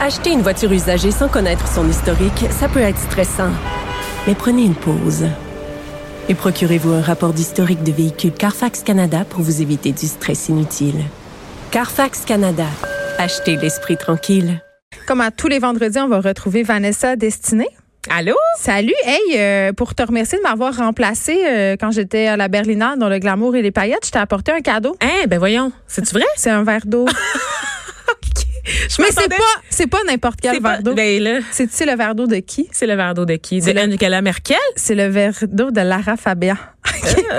Acheter une voiture usagée sans connaître son historique, ça peut être stressant. Mais prenez une pause. Et procurez-vous un rapport d'historique de véhicule Carfax Canada pour vous éviter du stress inutile. Carfax Canada. Achetez l'esprit tranquille. Comme à tous les vendredis, on va retrouver Vanessa Destinée. Allô? Salut, hey, euh, pour te remercier de m'avoir remplacée euh, quand j'étais à la Berlinale dans le glamour et les paillettes, je t'ai apporté un cadeau. Eh ben voyons, c'est-tu vrai? C'est un verre d'eau. Je Mais c'est m'attendais- pas, c'est pas n'importe quel c'est pas- verre d'eau. Ben là, C'est tu sais, le verre d'eau de qui c'est le verre d'eau de qui? De Angela Merkel? C'est le verre d'eau de Lara Fabia.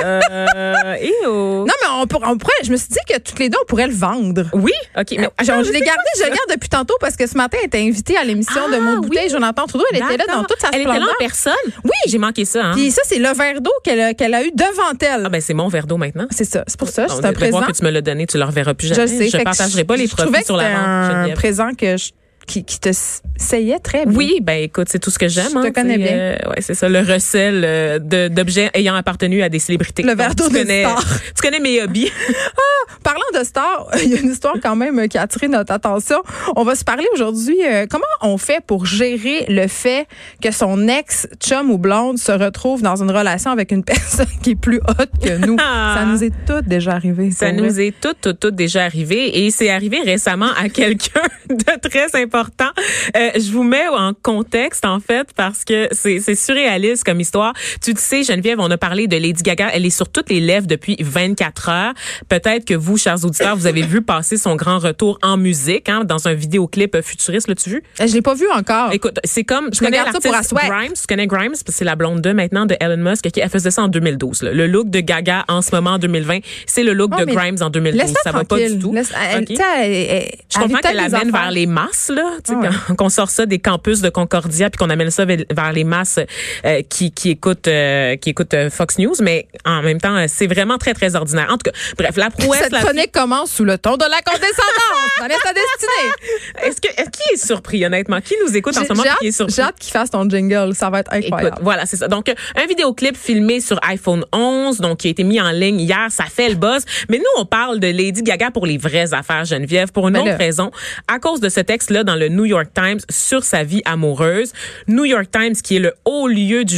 euh, eh oh. Non, mais on, pour- on pourrait. Je me suis dit que toutes les deux, on pourrait le vendre. Oui? OK. Mais, Genre, attends, Euh, je l'ai sais gardé, pas, je le garde depuis tantôt parce que ce matin, elle était invitée à l'émission Ah, de Mon oui. Bouteille, Jonathan Trudeau. Elle était là D'accord. dans toute sa Elle était là splendeur. en personne? Oui. J'ai manqué ça, hein? Puis ça, c'est le verre d'eau qu'elle a, qu'elle a eu devant elle. Ah ben c'est mon verre d'eau maintenant. C'est ça. C'est pour ça. On C'est de- un de voir présent. que tu me l'as donné, tu le reverras plus Je jamais. le sais. Je Fait que partagerai pas les je trouvais produits sur que la c'était vente. un Geneviève. présent que je- qui, qui te saillait très bien. Oui, ben écoute, c'est tout ce que j'aime. Je te hein, connais c'est, bien. euh, ouais, c'est ça, le recel euh, de- d'objets ayant appartenu à des célébrités. Le verre Donc, d'eau tu d'une connais, star. tu connais mes hobbies. Parlant de stars, il y a une histoire quand même euh, qui a attiré notre attention. On va se parler aujourd'hui. euh, comment on fait pour gérer le fait que son ex, chum ou blonde, se retrouve dans une relation avec une personne qui est plus haute que nous? Ça nous est tout déjà arrivé. Ah. Ça pour nous vrai. est tout, tout, tout déjà arrivé et c'est arrivé récemment à quelqu'un de très important. Euh, je vous mets en contexte, en fait, parce que c'est c'est surréaliste comme histoire. Tu le sais, Geneviève, on a parlé de Lady Gaga. Elle est sur toutes les lèvres depuis 24 heures. Peut-être que vous, chers auditeurs, vous avez vu passer son grand retour en musique, hein, dans un vidéoclip futuriste. L'as-tu vu? Eh, Je l'ai pas vu encore. Écoute, c'est comme je Ah. Je connais regarde ça pour l'artiste la swag. Grimes, tu connais Grimes parce que c'est la blonde 2 maintenant de Elon Musk qui elle faisait ça en 2012 là. Le look de Gaga en ce moment en 2020, c'est le look Oh, de mais Grimes en 2012, Laisse-la ça va tranquille. pas du tout. Laisse- elle- Ok? tu sais, elle- elle- Je elle vit tellement comprends qu'elle amène des affaires. vers les masses là, tu sais, Ah ouais. quand- qu'on sort ça des campus de Concordia puis qu'on amène ça ve- vers les masses euh, qui qui écoutent euh, qui écoutent euh, Fox News, mais en même temps euh, c'est vraiment très très ordinaire. En tout cas, bref, la prouesse. Cette la- chronique commence sous le ton de la condescendance. On est sa destinée. Est-ce que qui est surpris honnêtement Qui nous écoute en J'ai ce moment j'ai puis qui est hâte, surpris j'ai hâte qu'il fasse ton jingle. Ça va être Écoute, incroyable. voilà, c'est ça. Donc, euh, un vidéoclip filmé sur iPhone 11, donc qui a été mis en ligne hier, ça fait le buzz. Mais nous, on parle de Lady Gaga pour les vraies affaires, Geneviève, pour une Mais autre Ben là- raison. À cause de ce texte-là dans le New York Times sur sa vie amoureuse. New York Times, qui est le haut lieu du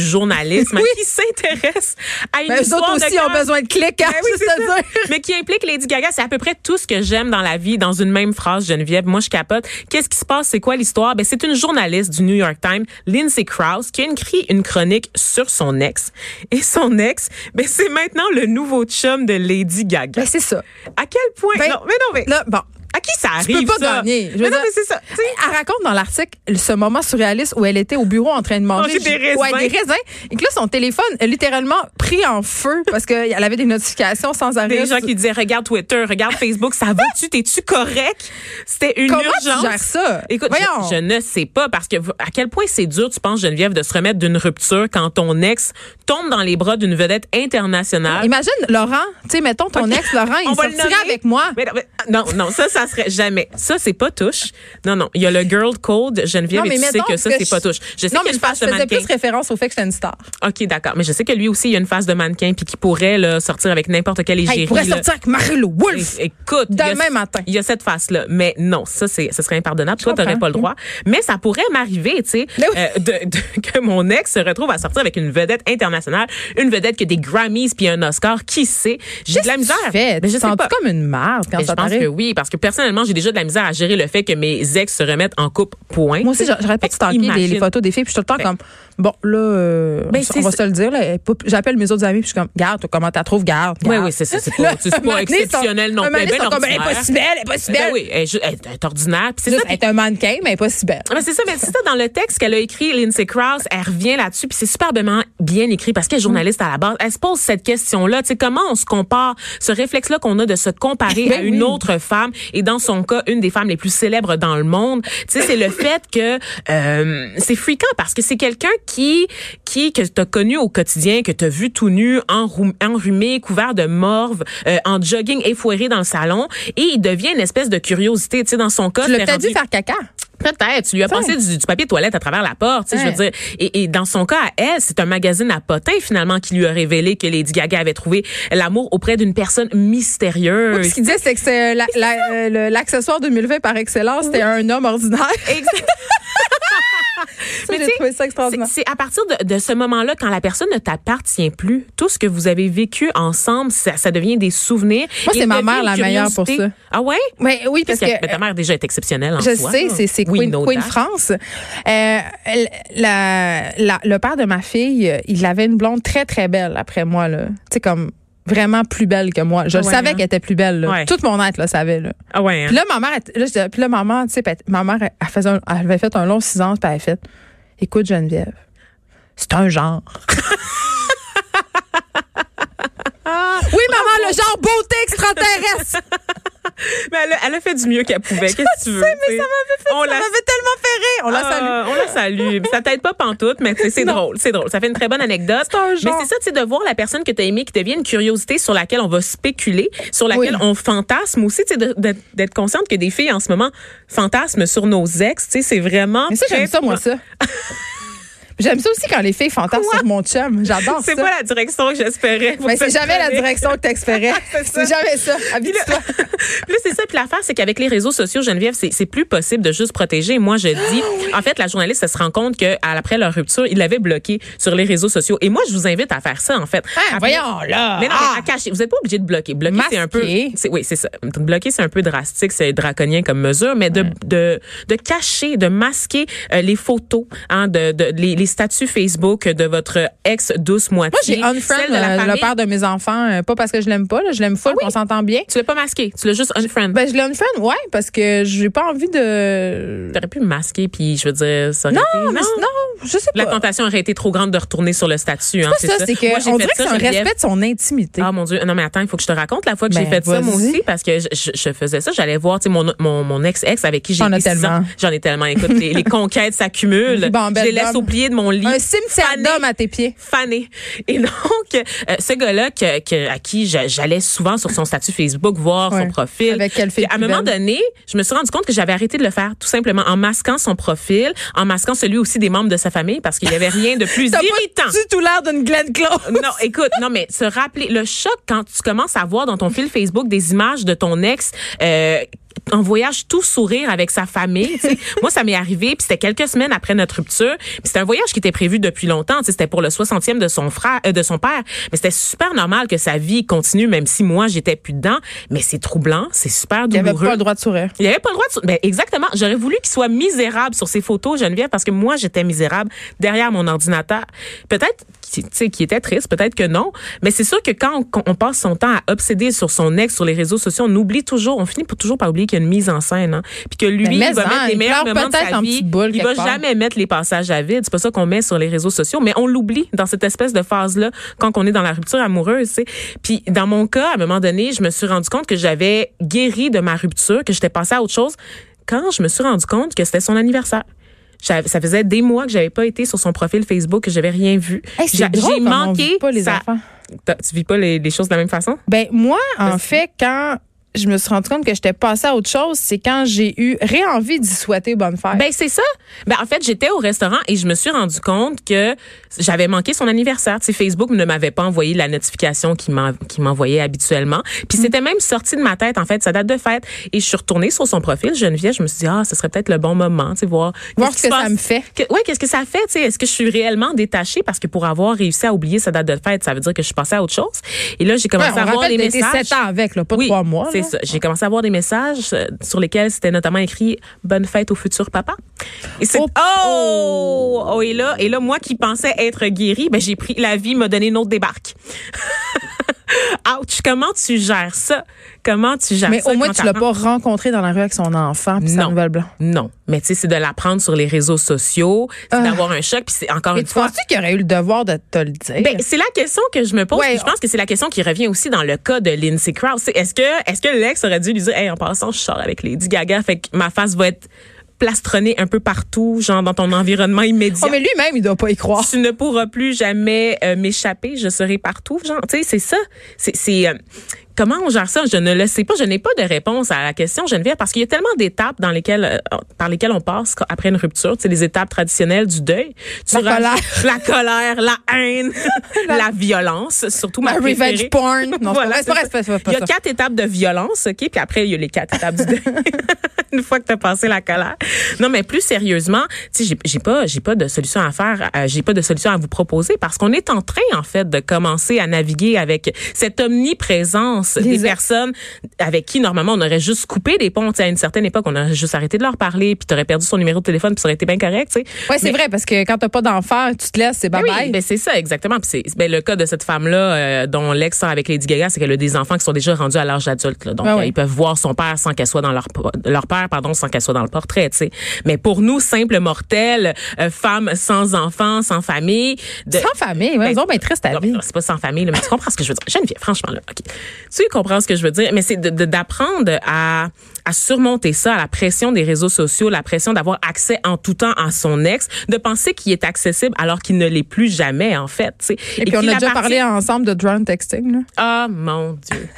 journalisme, Oui. qui s'intéresse à une Mais eux histoire autres de aussi ont cœur. besoin de clics. hein, Ben oui, je c'est te ça. dis. Mais qui implique Lady Gaga, c'est à peu près tout ce que j'aime dans la vie dans une même phrase, Geneviève. Moi, je capote. Qu'est-ce qui se passe? C'est quoi l'histoire? Ben, c'est une journaliste du New York Times, Lindsay Krause, qui a écrit une chronique sur son ex. Et son ex, ben, c'est maintenant le nouveau chum de Lady Gaga. Ben, c'est ça. à quel point? Ben, non, mais non, mais. Là, bon. à qui ça Tu arrive? peux pas ça? gagner. Je veux Mais non, dire- mais c'est ça. Tu sais, Elle raconte dans l'article ce moment surréaliste où elle était au bureau en train de manger, Manger des raisins. Ouais, des raisins. Et que là, son téléphone a littéralement pris en feu parce qu'elle avait des notifications sans arrêt. des gens qui disaient regarde Twitter, regarde Facebook, ça va-tu, t'es-tu correct? C'était une Comment tu urgence. gères ça? Écoute, je- Voyons. Je, ne sais pas parce que v- à quel point c'est dur, tu penses Geneviève, de se remettre d'une rupture quand ton ex tombe dans les bras d'une vedette internationale. Imagine Laurent, tu sais, mettons ton ex Laurent, On il va le sortirait nommer. avec moi. Mais non, mais- ah, non, non, ça, ça serait jamais. Ça, c'est pas touche. Non, non. Il y a le girl code, Geneviève, Non, et mais tu sais mettons que ça, que c'est je- pas touche. Je sais non, mais qu'il y a je, une face je de faisais mannequin. plus référence au fait que c'est une star. OK, d'accord. Mais je sais que lui aussi, il y a une face de mannequin puis qu'il pourrait là, sortir avec n'importe quel Hey, égérie. il pourrait là. euh, sortir avec Marie-Lou Wolfe. É- Écoute, il y a- Demain matin. Il y a cette face-là, mais non, ça c'est ce serait impardonnable. Toi, comprends. t'aurais pas le droit, mais ça pourrait m'arriver, tu sais, Mais oui. euh, de- de- que mon ex se retrouve à sortir avec une vedette internationale, une vedette qui a des Grammys puis un Oscar, qui sait J'ai de la misère. Tu fais, tu Mais je sais sens-tu pas. comme une merde quand Mais je ça pense que t'arrive. oui, parce que personnellement, j'ai déjà de la misère à gérer le fait que mes ex se remettent en couple. Point. Moi aussi, j'a- j'arrête pas de stalker les- les, Imagine. photos des filles, puis je suis tout le temps comme, bon, là, euh, Ben, on c'est- va se le dire, là, elle est pas- j'appelle mes autres amis, puis je suis comme, garde, toi, comment t'as trouvé, garde. Oui, garde. oui, c'est ça. C'est pas, c'est Un moment pas donné, ils sont- exceptionnel non un plus. moment donné, Elle est ils sont comme, bien elle est pas si belle, elle est pas si Ben belle. oui, elle est ju- elle est- elle est ordinaire. Puis c'est Juste, ça, elle est un mannequin, mais elle est pas si belle. Ah, mais c'est ça, mais c'est ça dans le texte qu'elle a écrit, Lindsay Krause, elle revient là-dessus, puis c'est superbement bien écrit parce qu'elle est journaliste à la base. Elle se pose cette question-là, tu sais, comment on se compare, ce réflexe-là qu'on a de se comparer à Ben une oui. autre femme, et dans son cas, une des femmes les plus célèbres dans le monde. Tu sais, c'est le fait que euh, c'est fréquent parce que c'est quelqu'un qui, qui, que t'as connu au quotidien, que t'as vu tout nu, enrou- enrhumé, couvert de morve, euh, en jogging, effoiré dans le salon, et il devient une espèce de curiosité, tu sais, dans son cas. Tu l'as c'est peut-être rendu- dû faire caca. Peut-être. Tu lui as Peut-être. passé du, du papier de toilette à travers la porte. tu sais, Je veux Ouais. dire, et, et dans son cas, à elle, c'est un magazine à potins, finalement, qui lui a révélé que Lady Gaga avait trouvé l'amour auprès d'une personne Oui, puis mystérieuse. Ce qu'il disait, c'est que c'est euh, la- la- euh, le- l'accessoire 2020 par excellence, c'était un homme ordinaire. Exact. Ça, Mais tu J'ai sais, trouvé ça C'est- extraordinaire. C'est à partir de, de ce moment-là, quand la personne ne t'appartient plus, tout ce que vous avez vécu ensemble, ça, ça devient des souvenirs. Moi, c'est Et ma devient mère la une meilleure pour curiosité. Ah ouais? Ouais, oui, parce Parce que que, ta mère déjà est exceptionnelle en Je soi, sais, là. c'est c'est We Queen, know Queen that. France. Euh, l- la- la- le père de ma fille, euh, il avait une blonde très très belle après moi là. Tu sais comme vraiment plus belle que moi. Je le Ouais, savais hein. qu'elle était plus belle. là. Ouais. Tout mon être le savait là. Ah ouais. hein? Puis là ma mère, elle- là, je disais- puis là, maman, tu sais, puis elle- ma mère, elle, elle faisait un- elle avait fait un long silence, puis elle avait fait, écoute Geneviève, c'est un genre. oui maman, le genre beauté extraterrestre. Mais elle, a- elle a fait du mieux qu'elle pouvait. Qu'est-ce que tu veux? tu sais? on Ça la m'avait tellement fait rire. On la Ah, salue. on la salue. Ça t'aide pas pantoute, mais tu sais, c'est drôle, c'est drôle. Ça fait une très bonne anecdote. C'est un genre. Mais c'est ça, tu sais, de voir la personne que t'as aimée qui devient une curiosité sur laquelle on va spéculer, sur laquelle Oui. on fantasme aussi, tu sais, de- de- d'être consciente que des filles en ce moment fantasment sur nos ex, tu sais, c'est vraiment. Mais ça, j'aime très- ça, moi, ça. j'aime ça aussi quand les filles fantasment sur mon chum. J'adore ça. C'est pas la direction que j'espérais. pour Mais c'est cette jamais la chronique. direction que t'espérais. C'est ça. c'est jamais ça. Habite-toi. Puis là, c'est ça. Puis l'affaire, c'est qu'avec les réseaux sociaux, Geneviève, c'est c'est plus possible de juste protéger. Moi, je dis, en fait, la journaliste, elle se rend compte que à- après leur rupture, ils l'avaient bloqué sur les réseaux sociaux. Et moi, je vous invite à faire ça, en fait. Ah, À- voyons, là. Mais non, Ah. mais à cacher. Vous n'êtes pas obligé de bloquer. Bloquer, c'est un peu. Masquer. c'est- Oui, c'est ça. Bloquer, c'est un peu drastique, c'est draconien comme mesure, mais de, de, de cacher, de masquer euh, les photos, hein, de, de- les, les statuts Facebook de votre ex douce Moi, moitié. j'ai unfriend celle de la euh, le famille. père de mes enfants. euh, Pas parce que je l'aime pas, là, je l'aime full, Ah oui? on s'entend bien. Tu l'as pas masqué, tu l'as juste unfriend. Ben, je l'ai unfriend, ouais, parce que j'ai pas envie de. T'aurais pu me masquer, puis je veux dire, ça aurait Non, été- mais c'est- non, je sais pas. La tentation aurait été trop grande de retourner sur le statut. hein, Pas ça, c'est Moi, que j'ai on fait dirait que c'est ça, un Geneviève. respect de son intimité. Ah mon Dieu, non mais attends, il faut que je te raconte la fois que j'ai Ben, fait ça moi vas-y. aussi parce que je, je- je faisais ça, j'allais voir tu sais, mon mon mon ex-ex avec qui j'ai J'en ai été six tellement. ans. J'en ai tellement, écoute, les, les conquêtes s'accumulent, Des bambelles je les laisse d'hommes. au plié de mon lit. Un cimetière Fané. d'hommes à tes pieds. fané. Et donc, euh, ce gars-là que, que- à qui j'a- j'allais souvent sur son statut Facebook voir Ouais. son profil. Avec quelle fille Puis à un plus moment belle. donné, je me suis rendu compte que j'avais arrêté de le faire, tout simplement, en masquant son profil, en masquant celui aussi des membres de sa famille, parce qu'il n'y avait rien de plus T'as pas irritant. du tout l'air d'une Glenn Close. Non, écoute, non, mais se rappeler le choc quand tu commences à voir dans ton fil Facebook des images de ton ex. Euh, en voyage tout sourire avec sa famille. tu sais. Moi, ça m'est arrivé, puis c'était quelques semaines après notre rupture. Puis c'était un voyage qui était prévu depuis longtemps. tu sais, C'était pour le 60e de son frère, euh, de son père. Mais c'était super normal que sa vie continue, même si moi j'étais plus dedans. Mais c'est troublant, c'est super Il avait douloureux. pas le droit de sourire. Il avait pas le droit de. sou- Ben, exactement. J'aurais voulu qu'il soit misérable sur ses photos, Geneviève, parce que moi, j'étais misérable derrière mon ordinateur. Peut-être, qu'il- tu sais, qu'il était triste, peut-être que non. Mais c'est sûr que quand on, qu'on- on passe son temps à obséder sur son ex, sur les réseaux sociaux, on oublie toujours, on finit pour- toujours par oublier qu'il y a une mise en scène, hein. Puis que lui, Ben, mais il va en, mettre les il meilleurs pleure moments de peut-être sa en vie. petite boule il quelque va part. jamais mettre les passages à vide. C'est pas ça qu'on met sur les réseaux sociaux, mais on l'oublie dans cette espèce de phase-là quand on est dans la rupture amoureuse, tu sais. Puis dans mon cas, à un moment donné, je me suis rendu compte que j'avais guéri de ma rupture, que j'étais passée à autre chose quand je me suis rendu compte que c'était son anniversaire. J'avais- Ça faisait des mois que j'avais pas été sur son profil Facebook, que j'avais rien vu. Hey, c'est J'a- drôle comment on vit pas les sa- enfants. T'as- Tu vis pas les, les choses de la même façon? Ben moi, en fait, quand je me suis rendu compte que j'étais passée à autre chose, c'est quand j'ai eu réenvie d'y souhaiter bonne fête. Ben c'est ça. Ben en fait, j'étais au restaurant et je me suis rendu compte que j'avais manqué son anniversaire. Tu sais, Facebook ne m'avait pas envoyé la notification qui m'envoyait habituellement. Mm. Puis c'était même sorti de ma tête en fait, sa date de fête et je suis retournée sur son profil Geneviève, je me suis dit ah, ce serait peut-être le bon moment, tu sais voir Voir ce qu'est-ce qui que ça se passe. me fait. Que- ouais, qu'est-ce que ça fait, tu sais, est-ce que je suis réellement détachée parce que pour avoir réussi à oublier sa date de fête, ça veut dire que je suis passée à autre chose. Et là, j'ai Ouais, commencé Ben, on à voir rappelle les que t'as été messages. sept ans avec, là, pas Oui, trois mois. C'est là. Ah. ça. J'ai commencé à avoir des messages euh, sur lesquels c'était notamment écrit Bonne fête au futur papa. Et c'est Oh! oh, Oh, et là et là moi qui pensais être guérie, ben j'ai pris la vie m'a donné une autre débarque. Ouch, comment tu gères ça Comment tu gères Mais ça au moins, quand tu l'as t'apprends- pas rencontré dans la rue avec son enfant puis sa Non. nouvelle blanche. Non, mais tu sais c'est de l'apprendre sur les réseaux sociaux, c'est d'avoir un choc puis c'est encore Mais une Ah. tu fois penses-tu qu'il aurait eu le devoir de te le dire? Ben, c'est la question que je me pose. Ouais, puis je pense que c'est la question qui revient aussi dans le cas de Lindsay Krause. C'est, Est-ce que, est-ce que l'ex aurait dû lui dire, hey, en passant, je sors avec Lady Gaga, fait que ma face va être plastronnée un peu partout, genre dans ton environnement immédiat. Oh, mais lui-même, il doit pas y croire. Tu ne pourras plus jamais euh, m'échapper, je serai partout, genre. Tu sais, c'est ça. C'est, c'est, euh, Comment on gère ça? Je ne le sais pas. Je n'ai pas de réponse à la question, Geneviève, parce qu'il y a tellement d'étapes dans lesquelles, euh, par lesquelles on passe qu- après une rupture. C'est les étapes traditionnelles du deuil. Tu La rajoutes La colère, la haine, la, violence, surtout ma La préférée. revenge porn. Non, c'est Voilà, pas- c'est pas c'est vrai, c'est pas- c'est pas Il y a ça. quatre étapes de violence, OK? Puis après, il y a les quatre étapes du deuil. Une fois que tu as passé la colère. Non, mais plus sérieusement, tu sais, j'ai- j'ai pas, j'ai pas de solution à faire, euh, j'ai pas de solution à vous proposer parce qu'on est en train, en fait, de commencer à naviguer avec cette omniprésence des ex- personnes avec qui, normalement, on aurait juste coupé des ponts. Tu sais, à une certaine époque, on aurait juste arrêté de leur parler puis t'aurais perdu son numéro de téléphone puis ça aurait été bien correct, tu sais. Ouais, c'est vrai, parce que quand t'as pas d'enfant, tu te laisses, c'est Ben bye oui, bye. ben c'est ça exactement. Puis c'est ben le cas de cette femme là dont l'ex sort avec Lady Gaga, c'est qu'elle a des enfants qui sont déjà rendus à l'âge adulte. là. Donc Ah euh, oui. ils peuvent voir son père sans qu'elle soit dans leur po- leur père pardon sans qu'elle soit dans le portrait. tu sais. Mais pour nous simples mortels, euh, femmes sans enfants, sans famille, de- Sans famille, ouais, Ben, ils ont bien triste à non, vie. non, c'est pas sans famille, là, mais tu comprends ce que je veux dire. Geneviève, franchement, là, OK. Tu comprends ce que je veux dire, mais c'est de- de- d'apprendre à, à surmonter ça, à la pression des réseaux sociaux, la pression d'avoir accès en tout temps à son ex, de penser qu'il est accessible alors qu'il ne l'est plus jamais, en fait. tu sais. Et, puis, on qu'il a déjà appartient- parlé ensemble de drone texting, là. Ah, mon Dieu.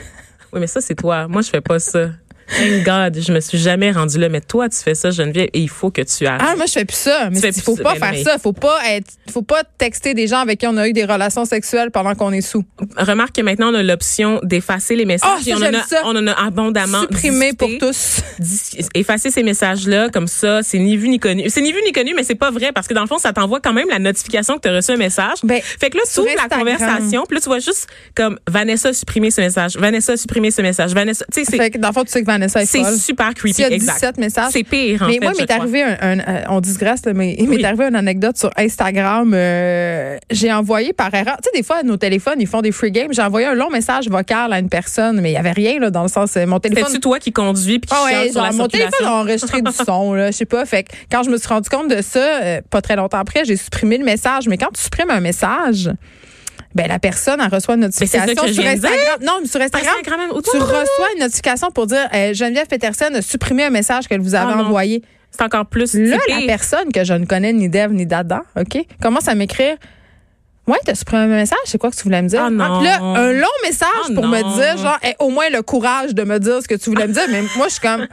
Oui, mais ça, c'est toi. Moi, je fais pas ça. Thank God, je me suis jamais rendue là, mais toi, tu fais ça, Geneviève, et il faut que tu arrêtes. Ah, moi, je fais plus ça. Mais fais il plus faut ça, pas ben faire oui. ça. Faut pas être, faut pas texter des gens avec qui on a eu des relations sexuelles pendant qu'on est sous. Remarque que maintenant, on a l'option d'effacer les messages. Ah, ça, et on, en j'aime a, ça. on en a abondamment. Supprimer pour discuté. tous. dis- effacer ces messages-là comme ça, c'est ni vu ni connu. C'est ni vu ni connu, mais c'est pas vrai parce que dans le fond, ça t'envoie quand même la notification que tu as reçu un message. Ben, fait que là, tu sur ouvres la Instagram. conversation, puis là, tu vois juste comme Vanessa supprimer ce message, Vanessa supprimer ce message, Vanessa. Tu sais, c'est- Fait que, dans le fond, tu sais que Vanessa est folle. c'est super creepy. S'il y a exact. 17 messages. C'est pire, en mais fait. moi, je il m'est crois. arrivé un, un- euh, on digresse, là, mais il m'est Oui. arrivé une anecdote sur Instagram. euh, j'ai envoyé par erreur. Tu sais, des fois, nos téléphones, ils font des free games. J'ai envoyé un long message vocal à une personne, mais il n'y avait rien, là, dans le sens, euh, mon téléphone. C'était-tu toi qui conduis puis qui Ah chiale ouais, sur la genre, mon circulation? téléphone a enregistré du son, là, je sais pas. Fait que quand je me suis rendu compte de ça, euh, pas très longtemps après, j'ai supprimé le message. Mais quand tu supprimes un message, ben la personne elle reçoit une c'est ça notification que je sur viens de dire. Instagram. Non, mais sur Instagram, Instagram, même. tu reçois une notification pour dire euh, Geneviève Peterson a supprimé un message qu'elle vous avait Ah non. envoyé. C'est encore plus. Là, c'est la pire. personne que je ne connais ni d'Ève ni d'Adam, OK, commence à m'écrire Ouais, t'as supprimé un message, c'est quoi que tu voulais me dire? Ah non. puis là, un long message Ah pour me non. dire, genre, Hey, au moins le courage de me dire ce que tu voulais me dire. Mais moi, je suis comme,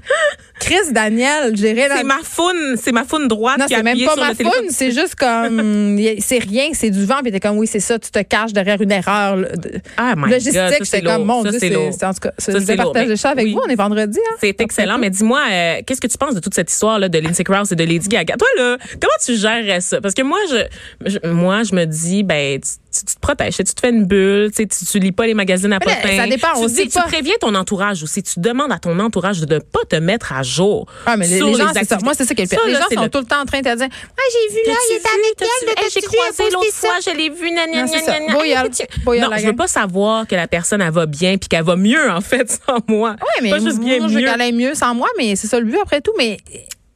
Chris Daniel, j'ai rien à C'est ma foune, c'est ma foune droite Non, qui a c'est même appuyé pas sur ma le téléphone. faune, c'est juste comme, y a- c'est rien, c'est du vent. Puis t'es comme, oui, c'est ça, tu te caches derrière une erreur. là, de- Ah, my God, ça, Logistique, c'est c'est comme, lourd. mon Ça, Dieu, c'est c'est, lourd. c'est- en tout cas, Ça, je c'est vais lourd. partager Mais ça avec oui. vous, on est vendredi, hein? C'est excellent, mais dis-moi, euh, qu'est-ce que tu penses de toute cette histoire là de Lindsay Krause et de Lady Gaga Toi là, comment tu gérerais ça Parce que moi, je, je- moi, je me dis, ben, tu, tu- tu te protèges, tu te fais une bulle, tu, sais, tu, tu lis pas les magazines à Mais là, potins. ça dépend, tu on te sait dis- pas. Tu préviens ton entourage aussi. Tu demandes à ton entourage de ne pas te mettre à jour. Ah, mais les, sur les gens, c'est ça. activités. Moi, c'est ça qui est le pire. Ça, Les là, gens c'est sont le- tout le temps en train de te dire Ah, j'ai vu, là, T'as-tu il était vu? avec T'as-tu vu? elle, Hey, là, J'ai t'as-tu vu, elle croisé a posté l'autre ça? fois, je l'ai vu, gna, gna, Non, gna, c'est ça. gna, gna. Voyal. Ah, t'as-tu- Voyal, Non, la je veux gang. pas savoir que la personne, elle va bien puis qu'elle va mieux, en fait, sans moi. Ouais, mais pas juste bien moi, je veux mieux. qu'elle aille mieux sans moi, mais c'est ça le but après tout. Mais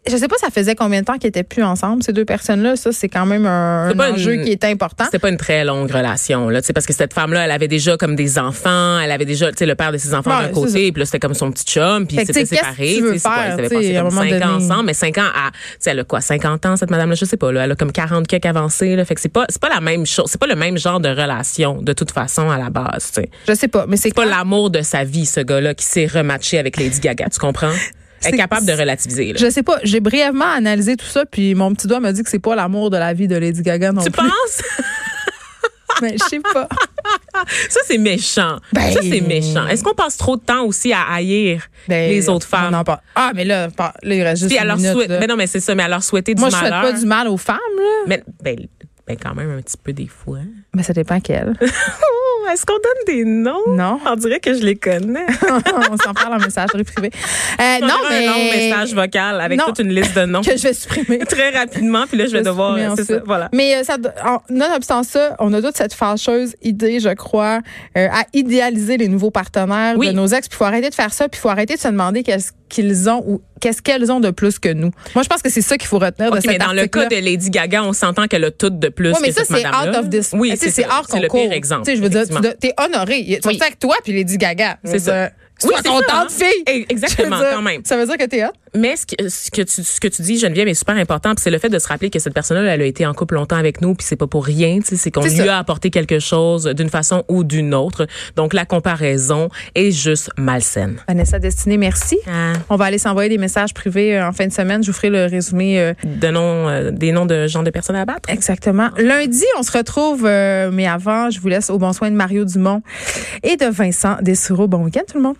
je sais pas, ça faisait combien de temps qu'ils étaient plus ensemble, ces deux personnes-là. Ça, c'est quand même un, C'est pas un enjeu une- qui est important. C'était pas une très longue relation là, tu sais parce que cette femme là, elle avait déjà comme des enfants, elle avait déjà, tu sais le père de ses enfants Ouais, d'un c'est côté, puis là c'était comme son petit chum, puis Fait ils que, s'étaient tu sais, qu'est-ce que séparés, tu veux tu sais, c'est quoi, faire, ils avaient tu sais, passé à un comme moment 5 ans donné. ensemble, mais 5 ans à tu sais elle a quoi 50 ans cette madame là, je sais pas là, elle a comme 40 quelques avancés là, fait que c'est pas c'est pas la même chose, c'est pas le même genre de relation de toute façon à la base, tu sais. Je sais pas, mais c'est C'est pas clair- l'amour de sa vie ce gars-là qui s'est rematché avec Lady Gaga, tu comprends Elle C'est- est capable de relativiser là. Je sais pas, j'ai brièvement analysé tout ça, puis mon petit doigt me dit que c'est pas l'amour de la vie de Lady Gaga non Tu plus. penses Mais je sais pas. Ça, c'est méchant. Ben- ça, c'est méchant. Est-ce qu'on passe trop de temps aussi à haïr Ben, les autres femmes? on en parle. Ah, mais là, par- là, il reste juste Puis à une leur minute, souhaiter, là. mais non, mais c'est ça, mais à leur souhaiter du Moi, je souhaite malheur. pas du mal aux femmes, là. Mais ben, ben, quand même un petit peu des fois. hein. Oh, Mais ça dépend qu'elles. Est-ce qu'on donne des noms? Non. On dirait que je les connais. on s'en parle en messagerie privée. Euh, non, mais. un long message vocal avec Non. toute une liste de noms que je vais supprimer. très rapidement, puis là je vais devoir, supprimer c'est ça, ensuite. voilà. Mais euh, ça, do- en- nonobstant ça, on a toute cette fâcheuse idée, je crois, euh, à idéaliser les nouveaux partenaires Oui. de nos ex. Puis il faut arrêter de faire ça. Puis il faut arrêter de se demander qu'est-ce qu'ils ont ou qu'est-ce qu'elles ont de plus que nous. Moi, je pense que c'est ça qu'il faut retenir de OK, cet mais dans le cas article-là. de Lady Gaga, on s'entend qu'elle a tout de plus Oui, mais que ça, cette c'est out madame-là. of this. Oui, Tu sais, c'est ça. hors C'est le concours. pire exemple. Tu sais, je veux dire, tu effectivement. dois- t'es honoré. Tu Oui. vas que toi puis Lady Gaga. Je veux C'est ça. dire, Sois c'est ça, contente, hein. fille. Eh, Exactement, Je veux dire, quand même. Ça veut dire que t'es hot. Mais ce que, ce que tu, ce que tu dis, Geneviève, est super important. Puis c'est le fait de se rappeler que cette personne-là, elle a été en couple longtemps avec nous, puis c'est pas pour rien. tu sais, C'est qu'on C'est lui ça. a apporté quelque chose d'une façon ou d'une autre. Donc la comparaison est juste malsaine. Vanessa Destinée, merci. On va aller s'envoyer des messages privés euh, en fin de semaine. Je vous ferai le résumé euh, Donnons euh, des noms de gens de personnes à battre. exactement. Lundi, on se retrouve, euh, mais avant, je vous laisse au bon soin de Mario Dumont et de Vincent Dessureau. Bon week-end tout le monde.